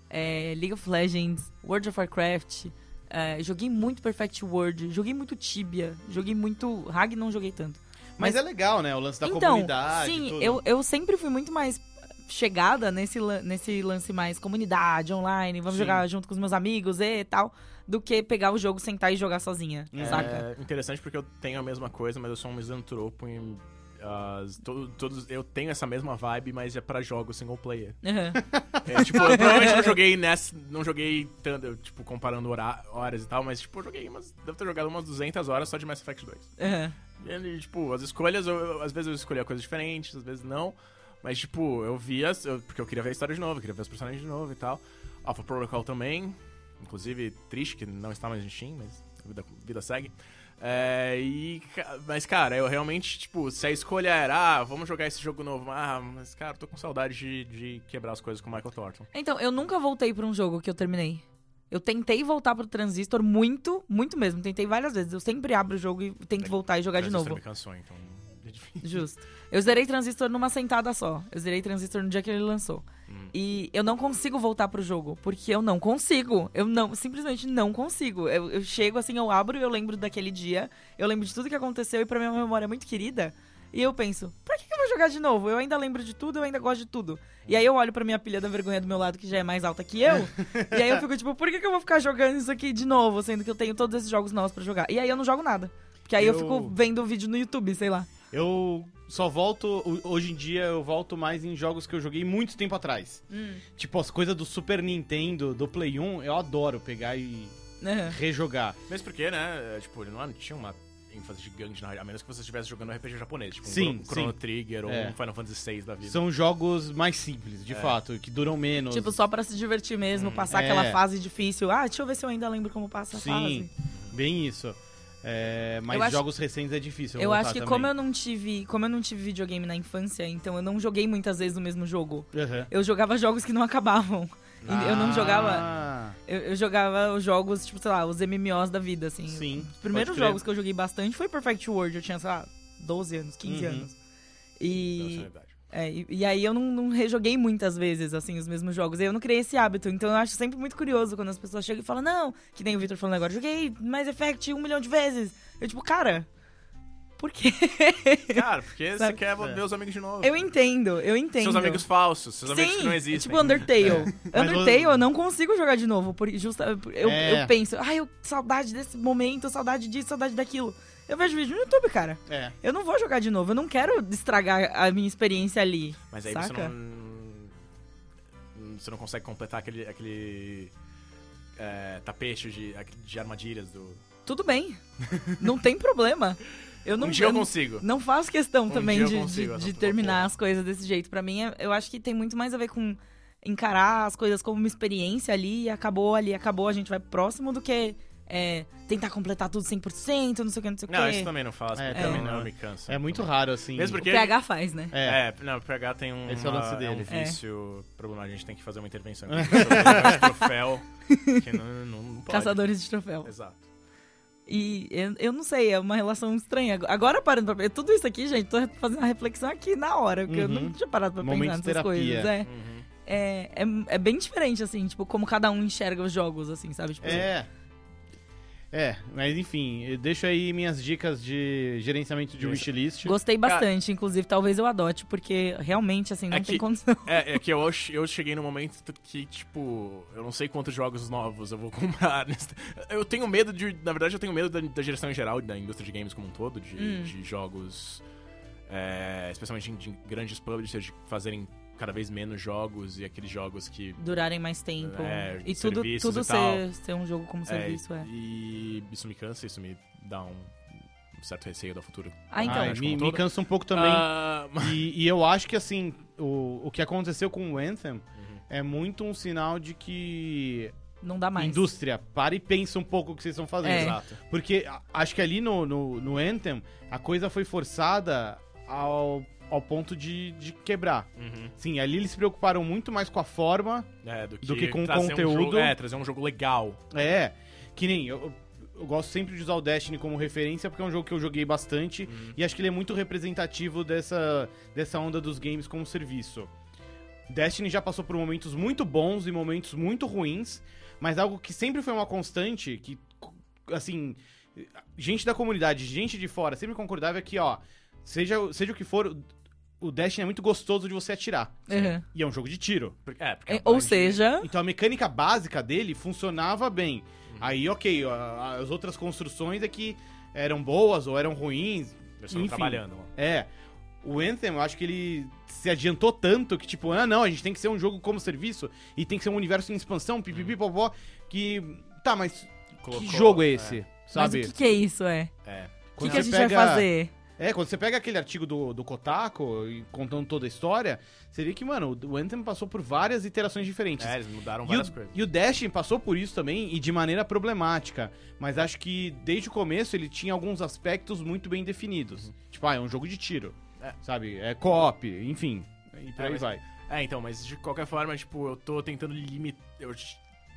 Speaker 2: é, League of Legends, World of Warcraft. é, joguei muito Perfect World, joguei muito Tibia, joguei muito. Rag não joguei tanto.
Speaker 1: Mas, é legal, né? O lance da
Speaker 2: então,
Speaker 1: comunidade.
Speaker 2: sim,
Speaker 1: tudo.
Speaker 2: eu, eu sempre fui muito mais chegada nesse, lan- nesse lance mais comunidade, online, vamos
Speaker 1: Sim.
Speaker 2: jogar junto com os meus amigos e tal, do que pegar o jogo, sentar e jogar sozinha,
Speaker 1: É.
Speaker 2: saca?
Speaker 3: É interessante porque eu tenho a mesma coisa, mas eu sou um misantropo em. as- to- todos, eu tenho essa mesma vibe, mas é pra jogos single player.
Speaker 2: Aham.
Speaker 3: É, tipo, eu provavelmente não joguei nessa. Não joguei tanto, eu, tipo, comparando hora- horas e tal, mas, tipo, eu joguei umas. Devo ter jogado umas 200 horas só de Mass Effect 2.
Speaker 2: Aham.
Speaker 3: E, tipo, as escolhas, eu- eu- às vezes eu escolhia coisas diferentes, às vezes não. Mas, tipo, eu via. eu- porque eu queria ver a história de novo, eu queria ver os personagens de novo e tal. Alpha Protocol também. Inclusive, triste que não está mais no Steam, mas a vida, vida segue. É, e, ca- mas, cara, eu realmente, tipo, se a escolha era, ah, vamos jogar esse jogo novo. Ah, mas, cara, eu tô com saudade de, de quebrar as coisas com o Michael Thornton.
Speaker 2: Então, eu nunca voltei pra um jogo que eu terminei. Eu tentei voltar pro Transistor muito, muito mesmo. Tentei várias vezes. Eu sempre abro o jogo e
Speaker 1: É,
Speaker 2: tento voltar e jogar de
Speaker 3: Transistor
Speaker 2: novo.
Speaker 3: me cansou, então é difícil.
Speaker 2: Justo. Eu zerei Transistor numa sentada só. Eu zerei Transistor no dia que ele lançou. E eu não consigo voltar pro jogo, porque eu não consigo. Eu não, simplesmente não consigo. Eu, eu chego assim, eu abro e eu lembro daquele dia. Eu lembro de tudo que aconteceu e pra minha memória muito querida. E eu penso, pra que que eu vou jogar de novo? Eu ainda lembro de tudo, eu ainda gosto de tudo. E aí eu olho pra minha pilha da vergonha do meu lado, que já é mais alta que eu. e aí eu fico tipo, por que que eu vou ficar jogando isso aqui de novo, sendo que eu tenho todos esses jogos novos pra jogar? E aí eu não jogo nada. Porque aí eu
Speaker 1: Eu-
Speaker 2: fico vendo o vídeo no YouTube, sei lá.
Speaker 1: Eu só volto. ho- Hoje em dia eu volto mais em jogos que eu joguei muito tempo atrás.
Speaker 2: Hum.
Speaker 1: Tipo, as coisas do Super Nintendo, do Play 1, eu adoro pegar e
Speaker 2: Aham.
Speaker 1: rejogar.
Speaker 3: Mesmo porque, né? é, Tipo, ele não tinha uma ênfase gigante na A menos que você estivesse jogando RPG japonês, tipo
Speaker 1: Sim,
Speaker 3: um Chro- Chrono
Speaker 1: sim.
Speaker 3: Trigger ou
Speaker 1: É.
Speaker 3: um Final Fantasy VI da vida.
Speaker 1: São jogos mais simples, de
Speaker 3: É.
Speaker 1: fato, que duram menos.
Speaker 2: Tipo, só pra se divertir mesmo, passar
Speaker 1: é.
Speaker 2: aquela fase difícil. Ah, deixa eu ver se eu ainda lembro como passa a
Speaker 1: Sim,
Speaker 2: fase.
Speaker 1: bem isso. É, mas
Speaker 2: assim. Eu acho-
Speaker 1: jogos recentes é difícil.
Speaker 2: Eu acho que como eu
Speaker 1: eu.
Speaker 2: não tive, como eu não tive videogame na infância, então eu não joguei muitas vezes o mesmo jogo.
Speaker 1: voltar também.
Speaker 2: Eu jogava jogos que não acabavam. E
Speaker 1: Aham.
Speaker 2: Eu não jogava,
Speaker 1: Ah,
Speaker 2: eu, eu jogava os jogos, tipo, sei lá, os MMOs da vida assim.
Speaker 1: Sim,
Speaker 2: Os primeiros
Speaker 1: pode crer.
Speaker 2: jogos que eu joguei bastante foi Perfect World, eu tinha, sei lá, 12 anos, 15
Speaker 1: Uhum.
Speaker 2: anos.
Speaker 3: da
Speaker 2: E
Speaker 3: nacionalidade.
Speaker 2: É, e, e aí eu não, não rejoguei muitas vezes, assim, os mesmos jogos. E eu não criei esse hábito. Então eu acho sempre muito curioso quando as pessoas chegam e falam, não, que nem o Victor falando agora, joguei Mass Effect um milhão de vezes. Eu, tipo, cara, Por quê?
Speaker 3: Cara, porque você
Speaker 2: Sabe?
Speaker 3: quer
Speaker 1: É.
Speaker 3: ver os amigos de novo.
Speaker 2: Eu entendo, eu entendo.
Speaker 3: Seus amigos falsos, seus amigos
Speaker 2: Sim,
Speaker 3: que não
Speaker 2: é
Speaker 3: existem.
Speaker 2: tipo Undertale.
Speaker 1: Mas
Speaker 2: Undertale
Speaker 1: o-
Speaker 2: eu não consigo jogar de novo, porque justa, eu,
Speaker 1: É.
Speaker 2: eu penso, ai, eu saudade desse momento, saudade disso, saudade daquilo. Eu vejo vídeo no YouTube, cara.
Speaker 1: É.
Speaker 2: Eu não vou jogar de novo, eu não quero estragar a minha experiência ali.
Speaker 3: Mas aí
Speaker 2: saca?
Speaker 3: você não. Você não consegue completar aquele. aquele é, tapete de, de armadilhas do.
Speaker 2: Tudo bem. não tem problema. Eu não
Speaker 3: um dia eu
Speaker 2: eu não-
Speaker 3: consigo.
Speaker 2: Não faço questão
Speaker 3: Um
Speaker 2: também
Speaker 3: dia eu
Speaker 2: de,
Speaker 3: consigo
Speaker 2: de-
Speaker 3: essa
Speaker 2: de
Speaker 3: porra.
Speaker 2: terminar as coisas desse jeito. Pra mim, é- eu acho que tem muito mais a ver com encarar as coisas como uma experiência ali, e acabou ali, acabou, a gente vai pro próximo do que é, tentar completar tudo 100%, não sei o que, não sei o que.
Speaker 3: Não, isso também não faço,
Speaker 1: É,
Speaker 3: porque
Speaker 1: também
Speaker 3: também não,
Speaker 1: não.
Speaker 3: me cansa.
Speaker 1: É muito raro, assim.
Speaker 3: Mesmo porque.
Speaker 2: O PH faz, né?
Speaker 1: É.
Speaker 3: É, não, o PH tem um,
Speaker 1: Esse é o lance
Speaker 3: uma-
Speaker 1: dele.
Speaker 3: um
Speaker 2: É.
Speaker 3: vício problemático, a gente tem que fazer uma intervenção. aqui, porque eu sou um troféu, que não, não, não pode.
Speaker 2: Caçadores de troféu.
Speaker 3: Exato.
Speaker 2: E eu, eu não sei, é uma relação estranha. Agora parando pra. Tudo isso aqui, gente, tô fazendo uma reflexão aqui na hora, porque eu
Speaker 1: Uhum.
Speaker 2: não tinha parado pra
Speaker 1: Momento
Speaker 2: pensar nessas
Speaker 1: terapia.
Speaker 2: coisas. É,
Speaker 3: Uhum.
Speaker 2: é, é, é bem diferente, assim, tipo, como cada um enxerga os jogos, assim, sabe? Tipo,
Speaker 1: É. É, mas enfim, eu deixo aí minhas dicas de gerenciamento de
Speaker 3: Isso.
Speaker 1: wishlist.
Speaker 2: Gostei
Speaker 3: Cara-
Speaker 2: bastante, inclusive, talvez eu adote, porque realmente, assim, não
Speaker 3: É que-
Speaker 2: tem condição.
Speaker 3: É, é que eu, che- eu cheguei no momento que, tipo, eu não sei quantos jogos novos eu vou comprar. nesse- Eu tenho medo de. Na verdade, eu tenho medo da, da geração em geral, da indústria de games como um todo, de,
Speaker 2: Hum.
Speaker 3: de jogos. é, especialmente de grandes publishers de fazerem cada vez menos jogos e aqueles jogos que
Speaker 2: Durarem mais tempo.
Speaker 3: É,
Speaker 2: e tudo,
Speaker 3: serviços
Speaker 2: tudo
Speaker 3: e tal.
Speaker 2: ser, ser um jogo como serviço, é.
Speaker 3: E isso me cansa, isso me dá um, um certo receio do futuro.
Speaker 2: Ah, então.
Speaker 1: Ai,
Speaker 3: Acho
Speaker 1: me,
Speaker 3: como
Speaker 1: me
Speaker 3: todo.
Speaker 1: cansa um pouco também.
Speaker 3: Ah, mas-
Speaker 1: E, e eu acho que, assim, o, o que aconteceu com o Anthem
Speaker 2: Uhum.
Speaker 1: é muito um sinal de que...
Speaker 2: Não dá mais.
Speaker 1: Indústria, para e pensa um pouco o que vocês estão fazendo.
Speaker 2: É.
Speaker 3: Exato.
Speaker 1: Porque a- acho que ali no, no, no Anthem, a coisa foi forçada ao, ao ponto de, de quebrar.
Speaker 3: Uhum.
Speaker 1: Sim, ali eles se preocuparam muito mais com a forma
Speaker 3: É, do, que
Speaker 1: Do que com
Speaker 3: trazer um
Speaker 1: conteúdo.
Speaker 3: jogo- é, trazer um jogo legal.
Speaker 1: É, que nem eu, eu gosto sempre de usar o Destiny como referência porque é um jogo que eu joguei bastante e acho que ele é muito representativo dessa, dessa onda dos games como serviço. Destiny já passou por momentos muito bons e momentos muito ruins, mas algo que sempre foi uma constante, que assim, gente da comunidade, gente de fora sempre concordava é que, ó, seja, seja o que for, o- o Destiny é muito gostoso de você atirar.
Speaker 2: Uhum.
Speaker 1: E é um jogo de tiro.
Speaker 3: Porque- é, porque
Speaker 2: É,
Speaker 3: a
Speaker 2: Ou
Speaker 3: gente-
Speaker 2: seja,
Speaker 1: Então a mecânica básica dele funcionava bem. Aí, ok, a- as outras construções é que eram boas ou eram ruins.
Speaker 3: Eles estão
Speaker 1: enfim.
Speaker 3: trabalhando. ó.
Speaker 1: É. O Anthem, eu acho que ele se adiantou tanto que, tipo, ah, não, a gente tem que ser um jogo como serviço e tem que ser um universo em expansão, pipipi, popó, que. Tá, mas
Speaker 3: Colocou-
Speaker 1: que jogo é esse?
Speaker 2: mas
Speaker 1: Sabe?
Speaker 2: o que, que é isso, é?
Speaker 3: É, é.
Speaker 2: O que,
Speaker 1: Quando
Speaker 2: que a
Speaker 1: você
Speaker 2: gente
Speaker 1: pega-
Speaker 2: vai fazer?
Speaker 1: É, quando você pega aquele artigo do, do Kotaku e contando toda a história, você vê que, mano, o Anthem passou por várias iterações diferentes.
Speaker 3: É, eles mudaram
Speaker 1: E o,
Speaker 3: várias coisas.
Speaker 1: e o Destiny passou por isso também e de maneira problemática. Mas acho que desde o começo ele tinha alguns aspectos muito bem definidos. Tipo, ah, é um jogo de tiro.
Speaker 3: É.
Speaker 1: Sabe? É co-op, enfim. E por
Speaker 3: É,
Speaker 1: aí
Speaker 3: mas-
Speaker 1: vai.
Speaker 3: É, então, mas de qualquer forma, tipo, eu tô tentando limitar. Eu,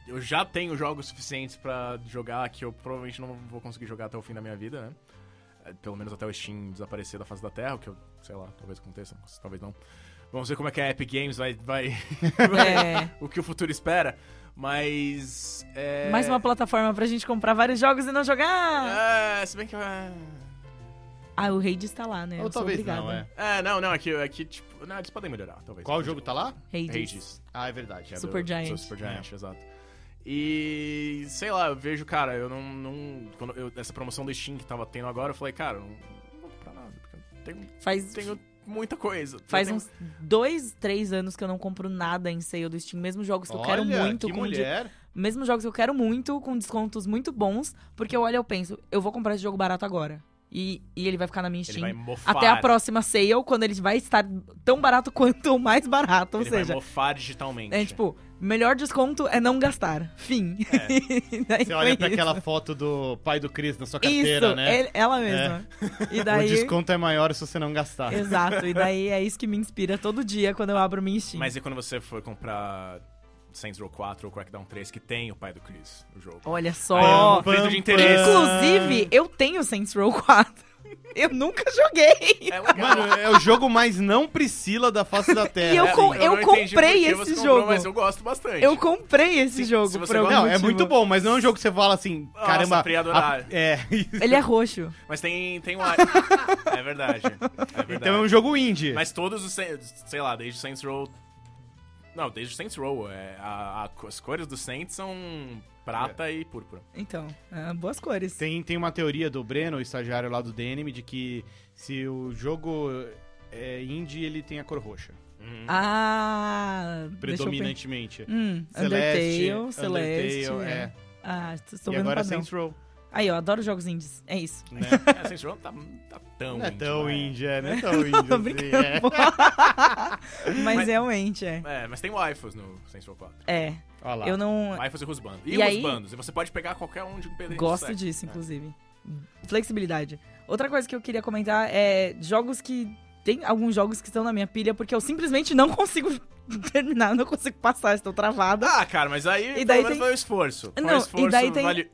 Speaker 3: eu já tenho jogos suficientes pra jogar que eu provavelmente não vou conseguir jogar até o fim da minha vida, né? É, Pelo menos até o Steam desaparecer da face da Terra, o que eu, sei lá, talvez aconteça, mas talvez não. Vamos ver como é que a Epic Games vai. vai
Speaker 2: É.
Speaker 3: o que o futuro espera, mas. É...
Speaker 2: Mais uma plataforma pra gente comprar vários jogos e não jogar.
Speaker 3: É, se bem que. É,
Speaker 2: Ah, o Raid está lá, né?
Speaker 1: Ou
Speaker 2: Eu sou
Speaker 1: talvez
Speaker 2: obrigada.
Speaker 1: não, é.
Speaker 3: é não, não, é que, é que, tipo. Não, eles podem melhorar, talvez. tipo,
Speaker 1: Qual jogo tá lá?
Speaker 2: Hades.
Speaker 3: Hades.
Speaker 1: Ah, é verdade.
Speaker 3: É
Speaker 1: É.
Speaker 2: Sim. Supergiant.
Speaker 3: do- do Supergiant, exato. E sei lá, eu vejo, cara, eu não. não quando eu- essa promoção do Steam que tava tendo agora, eu falei, cara, eu não, não vou comprar nada, porque eu tenho,
Speaker 2: Faz,
Speaker 3: tenho muita coisa. Eu
Speaker 2: faz um
Speaker 3: tenho-
Speaker 2: uns dois, três anos que eu não compro nada em sale do Steam, mesmo jogos que eu quero
Speaker 1: Olha,
Speaker 2: muito,
Speaker 1: que
Speaker 2: com di-
Speaker 1: mulher.
Speaker 2: Mesmo jogos que eu quero muito, com descontos muito bons, porque eu olho e eu penso, eu vou comprar esse jogo barato agora. E, e ele vai ficar na minha
Speaker 3: Ele
Speaker 2: Steam.
Speaker 3: vai mofar.
Speaker 2: Até a próxima sale, quando ele vai estar tão barato quanto ou mais barato. Ou
Speaker 3: Ele vai
Speaker 2: seja,
Speaker 3: mofar digitalmente.
Speaker 2: é tipo, melhor desconto é não gastar. Fim. E daí
Speaker 1: É. Você olha
Speaker 2: foi
Speaker 1: pra
Speaker 2: isso.
Speaker 1: aquela foto do pai do Chris na sua carteira,
Speaker 2: Isso,
Speaker 1: né?
Speaker 2: ele- ela mesma. E daí.
Speaker 1: O desconto é maior se você não gastar.
Speaker 2: Exato, e daí é isso que me inspira todo dia quando eu abro minha Steam.
Speaker 3: Mas e quando você for comprar Saints Row 4 ou Crackdown 3, que tem o pai do Chris, o jogo?
Speaker 2: Olha
Speaker 3: Aí é um
Speaker 2: só.
Speaker 1: Pam,
Speaker 3: conflito de
Speaker 1: pam,
Speaker 3: interesse.
Speaker 1: pam.
Speaker 2: Inclusive, eu tenho Saints Row 4. Eu nunca joguei.
Speaker 3: É legal.
Speaker 1: Mano, é o jogo mais não Priscila da face da Terra.
Speaker 2: E eu
Speaker 3: É,
Speaker 2: com-
Speaker 3: assim, não
Speaker 2: eu
Speaker 3: entendi por
Speaker 2: comprei
Speaker 3: que você
Speaker 2: esse
Speaker 3: comprou,
Speaker 2: jogo.
Speaker 3: Mas eu gosto bastante.
Speaker 2: Eu comprei esse jogo
Speaker 3: se você
Speaker 2: por algum
Speaker 1: Não, é
Speaker 2: motivo.
Speaker 1: muito bom, mas não é um jogo que você fala assim,
Speaker 3: Nossa,
Speaker 1: caramba.
Speaker 3: Pri,
Speaker 1: a,
Speaker 3: adorar.
Speaker 1: é,
Speaker 2: Ele é roxo.
Speaker 3: Mas tem, tem um ar. é verdade. É verdade.
Speaker 1: então é um jogo indie.
Speaker 3: Mas todos os, Sen- sei lá, desde o Saints Row... Não, desde o Saints Row. é, a- a- as cores do Saints são prata
Speaker 1: É.
Speaker 3: e púrpura.
Speaker 2: Então, ah, boas cores.
Speaker 1: Tem, tem uma teoria do Breno, o estagiário lá do DNM, de que se o jogo é indie, ele tem a cor roxa.
Speaker 3: Uhum,
Speaker 2: Ah, deixa eu pen-
Speaker 1: Predominantemente.
Speaker 2: Hum,
Speaker 1: Celeste,
Speaker 2: Undertale, Celeste.
Speaker 1: Undertale, é.
Speaker 2: Ah, t- estou
Speaker 1: e
Speaker 2: vendo o
Speaker 1: agora
Speaker 2: padrão.
Speaker 1: Saints Row.
Speaker 2: Aí, eu adoro jogos indies. É isso.
Speaker 1: Né?
Speaker 3: É, Saints Row não tá, tá tão
Speaker 1: Não é tão
Speaker 3: né?
Speaker 1: indie, é, não é tão indie.
Speaker 2: Tô
Speaker 1: assim,
Speaker 2: brincando.
Speaker 1: é.
Speaker 2: pô. Mas, realmente, é.
Speaker 3: É, mas tem waifus no Saints Row 4.
Speaker 2: É,
Speaker 1: Olha lá.
Speaker 2: eu não
Speaker 3: Waifus e Rusbandos. E,
Speaker 2: E
Speaker 3: os
Speaker 2: aí-
Speaker 3: bandos. E você pode pegar qualquer um de um pedaço.
Speaker 2: gosto disso, inclusive. Flexibilidade. Outra coisa que eu queria comentar é jogos que... Tem alguns jogos que estão na minha pilha porque eu simplesmente não consigo terminar, não consigo passar, estou travada.
Speaker 3: Ah, cara, mas aí
Speaker 2: E
Speaker 3: pelo
Speaker 2: daí
Speaker 3: menos
Speaker 2: tem-
Speaker 3: vai o esforço. Foi
Speaker 2: Não,
Speaker 3: o
Speaker 2: e
Speaker 3: esforço
Speaker 2: daí tem-
Speaker 3: vale-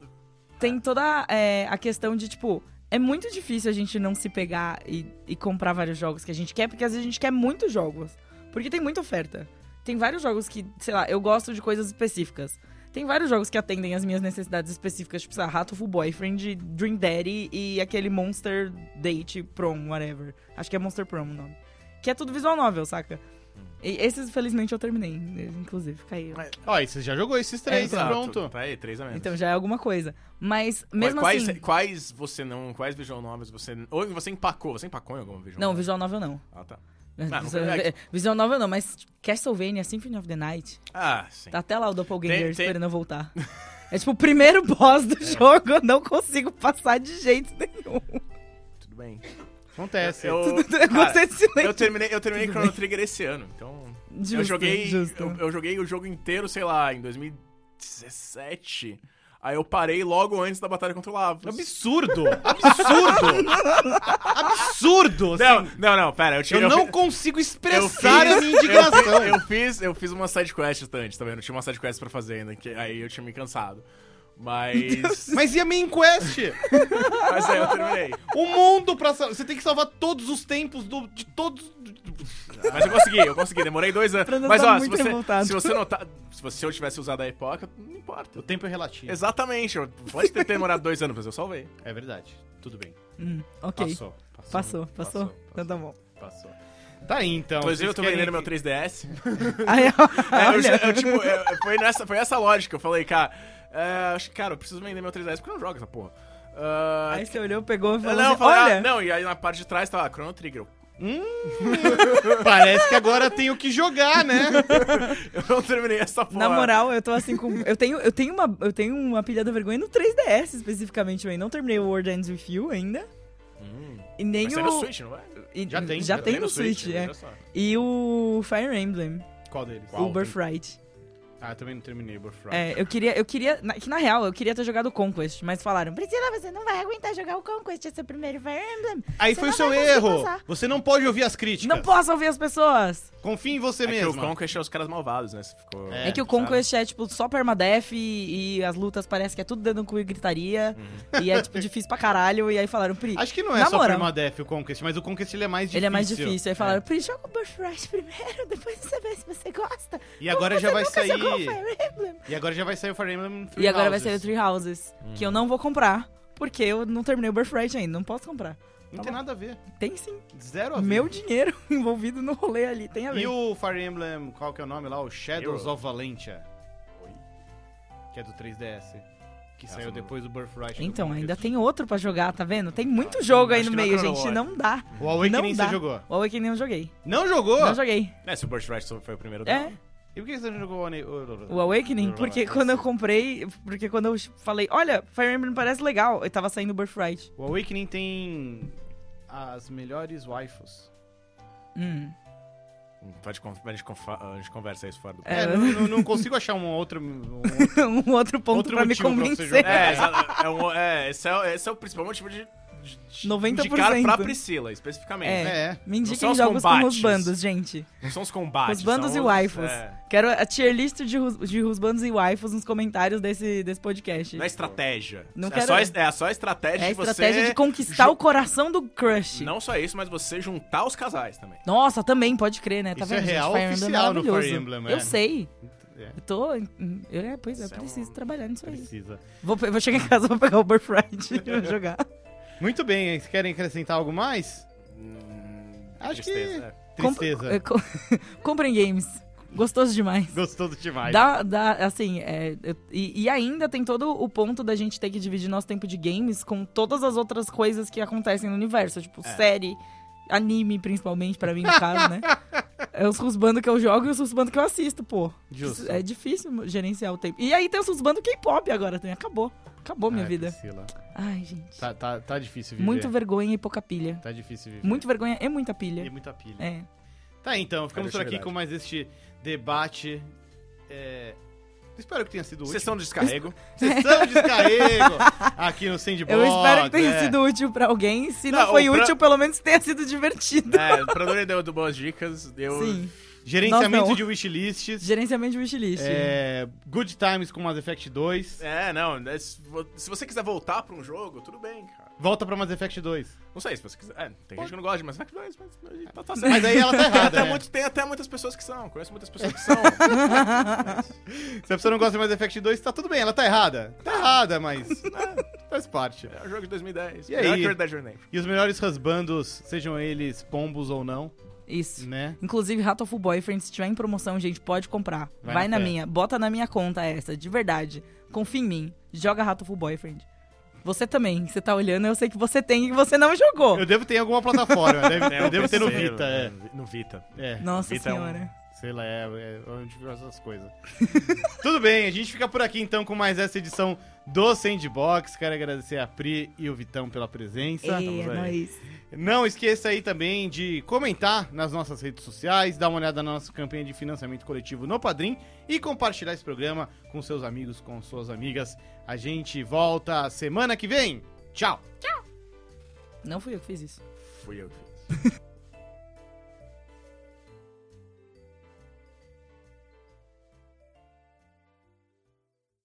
Speaker 2: tem toda é, a questão de, tipo, é muito difícil a gente não se pegar e, e comprar vários jogos que a gente quer, porque às vezes a gente quer muitos jogos. Porque tem muita oferta. Tem vários jogos que, sei lá, eu gosto de coisas específicas. Tem vários jogos que atendem às minhas necessidades específicas, tipo, sei lá, Rato Full Boyfriend, Dream Daddy e aquele Monster Date Prom, whatever. Acho que é Monster Prom o nome. Que é tudo visual novel, saca? E esses, felizmente, eu terminei, inclusive, fica aí.
Speaker 1: Ó, e você já jogou esses três,
Speaker 3: Exato.
Speaker 1: pronto.
Speaker 3: Tá aí, três a menos.
Speaker 2: Então já é alguma coisa. Mas,
Speaker 3: Mas
Speaker 2: mesmo
Speaker 3: quais,
Speaker 2: assim...
Speaker 3: quais você não. Quais visual novels você. Ou você empacou? Você empacou em alguma visual
Speaker 2: Não,
Speaker 3: novel?
Speaker 2: visual novel não.
Speaker 3: Ah, tá. Ah, não
Speaker 2: Visão
Speaker 3: foi-
Speaker 2: Visual Novel não, mas Castlevania Symphony of the Night,
Speaker 3: Ah, sim.
Speaker 2: tá até lá o Doppelganger
Speaker 3: Tem- É. tem-
Speaker 2: esperando eu voltar. É tipo o primeiro boss do jogo, eu não consigo passar de jeito nenhum.
Speaker 3: Tudo bem.
Speaker 1: Acontece.
Speaker 3: Eu,
Speaker 2: eu
Speaker 3: cara,
Speaker 2: gostei desse silêncio.
Speaker 3: eu terminei, eu terminei Chrono Trigger esse ano, então. eu
Speaker 2: Justo,
Speaker 3: joguei.
Speaker 2: justo.
Speaker 3: Eu, eu joguei o jogo inteiro, sei lá, em 2017. Aí eu parei logo antes da batalha contra o
Speaker 2: É um
Speaker 3: Lavos.
Speaker 1: Absurdo! Absurdo! Absurdo! assim.
Speaker 3: Não, não, não, pera, eu tinha.
Speaker 1: eu, não
Speaker 3: fi-
Speaker 1: consigo
Speaker 3: eu
Speaker 1: expressar a minha indignação.
Speaker 3: eu, fi- eu fiz, eu fiz uma side quest antes também, não tinha uma side quest pra fazer ainda, que aí eu tinha me cansado. Mas.
Speaker 1: Mas e a main quest?
Speaker 3: mas aí eu terminei.
Speaker 1: O mundo pra salvar. Você tem que salvar todos os tempos do, de todos.
Speaker 3: Mas eu consegui, eu consegui, demorei dois anos.
Speaker 2: Fernando
Speaker 3: Mas
Speaker 2: tá
Speaker 3: ó, se
Speaker 2: muito
Speaker 3: você,
Speaker 2: revoltado.
Speaker 3: se você notar. Se, você, se eu tivesse usado a época, não importa.
Speaker 1: O tempo é relativo.
Speaker 3: Exatamente, eu- pode ter demorado dois anos, mas eu salvei.
Speaker 1: É verdade. Tudo bem.
Speaker 2: Hum, ok.
Speaker 1: Passou, passou.
Speaker 2: Passou, passou,
Speaker 3: Passou,
Speaker 2: Então tá bom.
Speaker 1: Passou. Tá aí então.
Speaker 3: Inclusive, eu tô
Speaker 1: Vocês querem-
Speaker 3: vendendo meu 3DS.
Speaker 2: Aí,
Speaker 3: É, eu,
Speaker 2: olha,
Speaker 3: já- eu, tipo, eu- foi, nessa, foi essa lógica. Eu falei, cara, é, acho que, cara, eu preciso vender meu 3DS porque eu não jogo essa porra. Ah,
Speaker 2: aí você olhou, pegou e
Speaker 3: não,
Speaker 2: falou
Speaker 3: eu
Speaker 2: assim,
Speaker 3: falei, ah,
Speaker 2: olha,
Speaker 3: não, e aí na parte de trás tava Chrono Trigger. Eu-
Speaker 1: Parece que agora tem o que jogar, né?
Speaker 3: Eu não terminei essa porra.
Speaker 2: na moral, eu tô assim com... Eu tenho, eu tenho, uma, eu tenho uma pilha da vergonha no 3DS especificamente, eu ainda não terminei o World Ends With You ainda.
Speaker 3: Hum,
Speaker 2: E nem
Speaker 3: mas
Speaker 2: o...
Speaker 3: sai no Switch, não vai?
Speaker 2: e-
Speaker 1: Já tem,
Speaker 2: Já,
Speaker 1: já
Speaker 2: tem, no Switch, é.
Speaker 3: veja só.
Speaker 2: E o Fire Emblem,
Speaker 1: Qual deles?
Speaker 3: Qual?
Speaker 2: o Birthright.
Speaker 1: Ah, eu também não terminei o Birthright.
Speaker 2: É, eu queria, eu queria, na, que na real, eu queria ter jogado o Conquest, mas falaram, Priscila, você não vai aguentar jogar o Conquest, esse é o primeiro Fire Emblem.
Speaker 1: Aí
Speaker 2: Você
Speaker 1: foi o
Speaker 2: não
Speaker 1: seu
Speaker 2: vai conseguir
Speaker 1: erro.
Speaker 2: passar."
Speaker 1: Você não pode ouvir as críticas.
Speaker 2: Não posso ouvir as pessoas.
Speaker 1: Confie em você
Speaker 3: É que o
Speaker 1: mesmo.
Speaker 3: Conquest é os caras malvados, né? Você ficou...
Speaker 1: É,
Speaker 2: É, que o Conquest é, tipo, só permadef e, e as lutas parece que é tudo dando cu e gritaria. E é, tipo, difícil pra caralho. E aí falaram, Pri,
Speaker 1: Uhum. Acho que não é
Speaker 2: Na
Speaker 1: só
Speaker 2: moral.
Speaker 1: Permadef o Conquest, mas o Conquest ele é mais difícil.
Speaker 2: ele é mais difícil. Aí falaram, Pri, joga o Birthright primeiro, depois você vê se você gosta.
Speaker 1: E agora já vai
Speaker 2: é Nunca
Speaker 1: sair.
Speaker 2: jogou o Fire Emblem.
Speaker 1: E agora já vai sair o Fire Emblem Three
Speaker 2: E agora vai
Speaker 1: Houses.
Speaker 2: sair o Three Houses, que
Speaker 1: Hum.
Speaker 2: eu não vou comprar, porque eu não terminei o Birthright ainda, não posso comprar.
Speaker 1: Não tem nada a ver.
Speaker 2: Tem sim,
Speaker 1: Zero a ver.
Speaker 2: meu dinheiro envolvido no rolê ali, tem a ver.
Speaker 1: Tá E o Fire Emblem, qual que é o nome lá? O Shadows
Speaker 3: Hero.
Speaker 1: of Valentia.
Speaker 3: Oi.
Speaker 1: Que é do 3DS. Que
Speaker 3: Essa
Speaker 1: saiu
Speaker 3: não-
Speaker 1: depois do Birthright. do
Speaker 2: Então,
Speaker 1: Conquest.
Speaker 2: ainda tem outro pra jogar, tá vendo? Tem muito jogo aí
Speaker 3: acho
Speaker 2: no
Speaker 3: que não é
Speaker 2: meio, gente,
Speaker 3: cronológico.
Speaker 2: não dá.
Speaker 1: O Awakening
Speaker 2: Não
Speaker 1: você
Speaker 2: dá.
Speaker 1: jogou.
Speaker 2: O Awakening eu não joguei,
Speaker 1: Não jogou?
Speaker 2: não joguei.
Speaker 3: É, se o Birthright foi o primeiro
Speaker 2: É,
Speaker 1: E por que você não jogou o One-
Speaker 2: o Awakening, porque quando eu comprei, porque quando eu falei, olha, Fire Emblem parece legal, e tava saindo o Birthright.
Speaker 1: O Awakening tem as melhores waifus.
Speaker 2: Hum,
Speaker 3: A gente, con- a gente confa- a gente conversa isso fora do...
Speaker 1: É,
Speaker 2: É,
Speaker 1: não, não- não consigo achar um outro. um outro-
Speaker 2: um outro ponto
Speaker 1: Outro
Speaker 2: pra me
Speaker 1: motivo pra você
Speaker 2: convencer.
Speaker 1: jogar.
Speaker 3: É, exa- é um- é, esse, é, o- esse é o principal motivo de, de-
Speaker 2: 90%.
Speaker 3: indicar pra Priscila, especificamente.
Speaker 2: É.
Speaker 1: É.
Speaker 2: Me indiquem
Speaker 3: são os
Speaker 2: jogos com os
Speaker 3: combates.
Speaker 2: bandos, gente.
Speaker 3: Não são os combates.
Speaker 2: Os bandos
Speaker 3: Ah, são
Speaker 2: e waifus.
Speaker 3: é,
Speaker 2: Quero a tier list de, rus- de rusbandos e waifus nos comentários desse, desse podcast.
Speaker 3: não é estratégia.
Speaker 2: Não
Speaker 3: é,
Speaker 2: quero-
Speaker 3: só, es- é só a estratégia
Speaker 2: É a
Speaker 3: de você...
Speaker 2: estratégia de conquistar
Speaker 3: ju-
Speaker 2: o coração do crush.
Speaker 3: Não só isso, mas você juntar os casais também.
Speaker 2: Nossa, também, pode crer, né? Tá
Speaker 1: Isso é
Speaker 2: vendo, gente?
Speaker 1: real
Speaker 2: Fire Emblem
Speaker 1: oficial no
Speaker 2: maravilhoso.
Speaker 1: Fire Emblem,
Speaker 2: Eu
Speaker 1: é.
Speaker 2: sei.
Speaker 1: É.
Speaker 2: Eu tô... Eu, é, pois é,
Speaker 3: Isso é um-
Speaker 2: preciso trabalhar nisso aí.
Speaker 1: Precisa.
Speaker 2: Vou, pe- vou chegar em casa, vou pegar o Uber Fright e vou jogar.
Speaker 1: Muito bem, vocês querem acrescentar algo mais?
Speaker 3: Hum,
Speaker 1: Acho que- é.
Speaker 3: tristeza.
Speaker 1: Tristeza.
Speaker 2: Compre- eh, com- Comprem games. Gostoso demais.
Speaker 1: Gostou do demais.
Speaker 2: Dá, dá, assim, é, eu- e, e ainda tem todo o ponto da gente ter que dividir nosso tempo de games com todas as outras coisas que acontecem no universo, tipo série, anime, principalmente, pra mim, no caso, né? É os rusbando que eu jogo e os rusbando que eu assisto, pô.
Speaker 1: Justo.
Speaker 2: É difícil gerenciar o tempo. E aí tem os rusbando K-pop agora também, acabou. Acabou minha
Speaker 1: Ai,
Speaker 2: vida.
Speaker 1: Priscila,
Speaker 2: Ai, gente.
Speaker 1: Tá, tá, tá difícil É, viver.
Speaker 2: Muito vergonha e pouca pilha.
Speaker 1: Tá difícil viver.
Speaker 2: Muito vergonha e muita
Speaker 1: E
Speaker 2: pilha.
Speaker 1: muita pilha.
Speaker 2: É.
Speaker 1: Tá, então, ficamos por aqui
Speaker 3: Radioatividade.
Speaker 1: com mais este debate. É, Espero que tenha sido útil.
Speaker 3: Sessão de descarrego.
Speaker 1: Sessão de descarrego aqui no Sandbox.
Speaker 2: Eu espero que tenha
Speaker 1: é.
Speaker 2: sido útil pra alguém. Se não,
Speaker 3: Não,
Speaker 2: foi
Speaker 3: o pra-
Speaker 2: útil, pelo menos tenha sido divertido.
Speaker 3: é, o Pradori deu, deu boas dicas. Eu
Speaker 2: Sim.
Speaker 1: Gerenciamento
Speaker 2: Nós não.
Speaker 1: de wishlists.
Speaker 2: Gerenciamento de wishlist.
Speaker 1: É... Good Times com Mass Effect 2.
Speaker 3: É, não. né, Se vo- se você quiser voltar pra um jogo, tudo bem, cara.
Speaker 1: Volta pra Mass Effect 2.
Speaker 3: Não sei se você quiser. É, tem gente que não gosta de Mass Effect 2, mas mas tá, tá certo.
Speaker 1: Mas aí ela tá
Speaker 3: Tem
Speaker 1: errada,
Speaker 3: até,
Speaker 1: né?
Speaker 3: muito- tem até muitas pessoas que são. Conheço muitas pessoas que são.
Speaker 1: Se a pessoa não gosta de Mass Effect 2, tá tudo bem, ela tá errada. Tá errada, mas né, faz parte.
Speaker 3: é um jogo de 2010.
Speaker 1: E
Speaker 3: Melhor
Speaker 1: aí?
Speaker 3: que Red Dead Redemption.
Speaker 1: E os melhores rasbandos, sejam eles pombos ou não,
Speaker 2: Isso.
Speaker 1: né?
Speaker 2: Inclusive, Ratoful Boyfriend, se tiver em promoção, gente, pode comprar.
Speaker 1: Vai
Speaker 2: Vai,
Speaker 1: na
Speaker 2: na
Speaker 1: fé.
Speaker 2: minha. Bota na minha conta essa, de verdade. Confia em mim. Joga Ratoful Boyfriend. Você também, que você tá olhando, eu sei que você tem e que você não jogou.
Speaker 1: Eu devo ter em alguma plataforma, deve- eu devo ter no
Speaker 3: um terceiro,
Speaker 1: Vita, é.
Speaker 3: né, No Vita.
Speaker 1: É.
Speaker 2: Nossa
Speaker 3: Vita é um-
Speaker 2: senhora.
Speaker 1: Sei lá, é, é onde ficam essas coisas. Tudo bem, a gente fica por aqui então com mais essa edição do Sandbox. Quero agradecer a Pri e o Vitão pela presença.
Speaker 2: Ei, é
Speaker 3: aí.
Speaker 2: nóis.
Speaker 1: Não esqueça aí também de comentar nas nossas redes sociais, dar uma olhada na nossa campanha de financiamento coletivo no Padrim e compartilhar esse programa com seus amigos, com suas amigas. A gente volta semana que vem. Tchau!
Speaker 2: Não fui eu que fiz isso.
Speaker 3: Fui eu que fiz.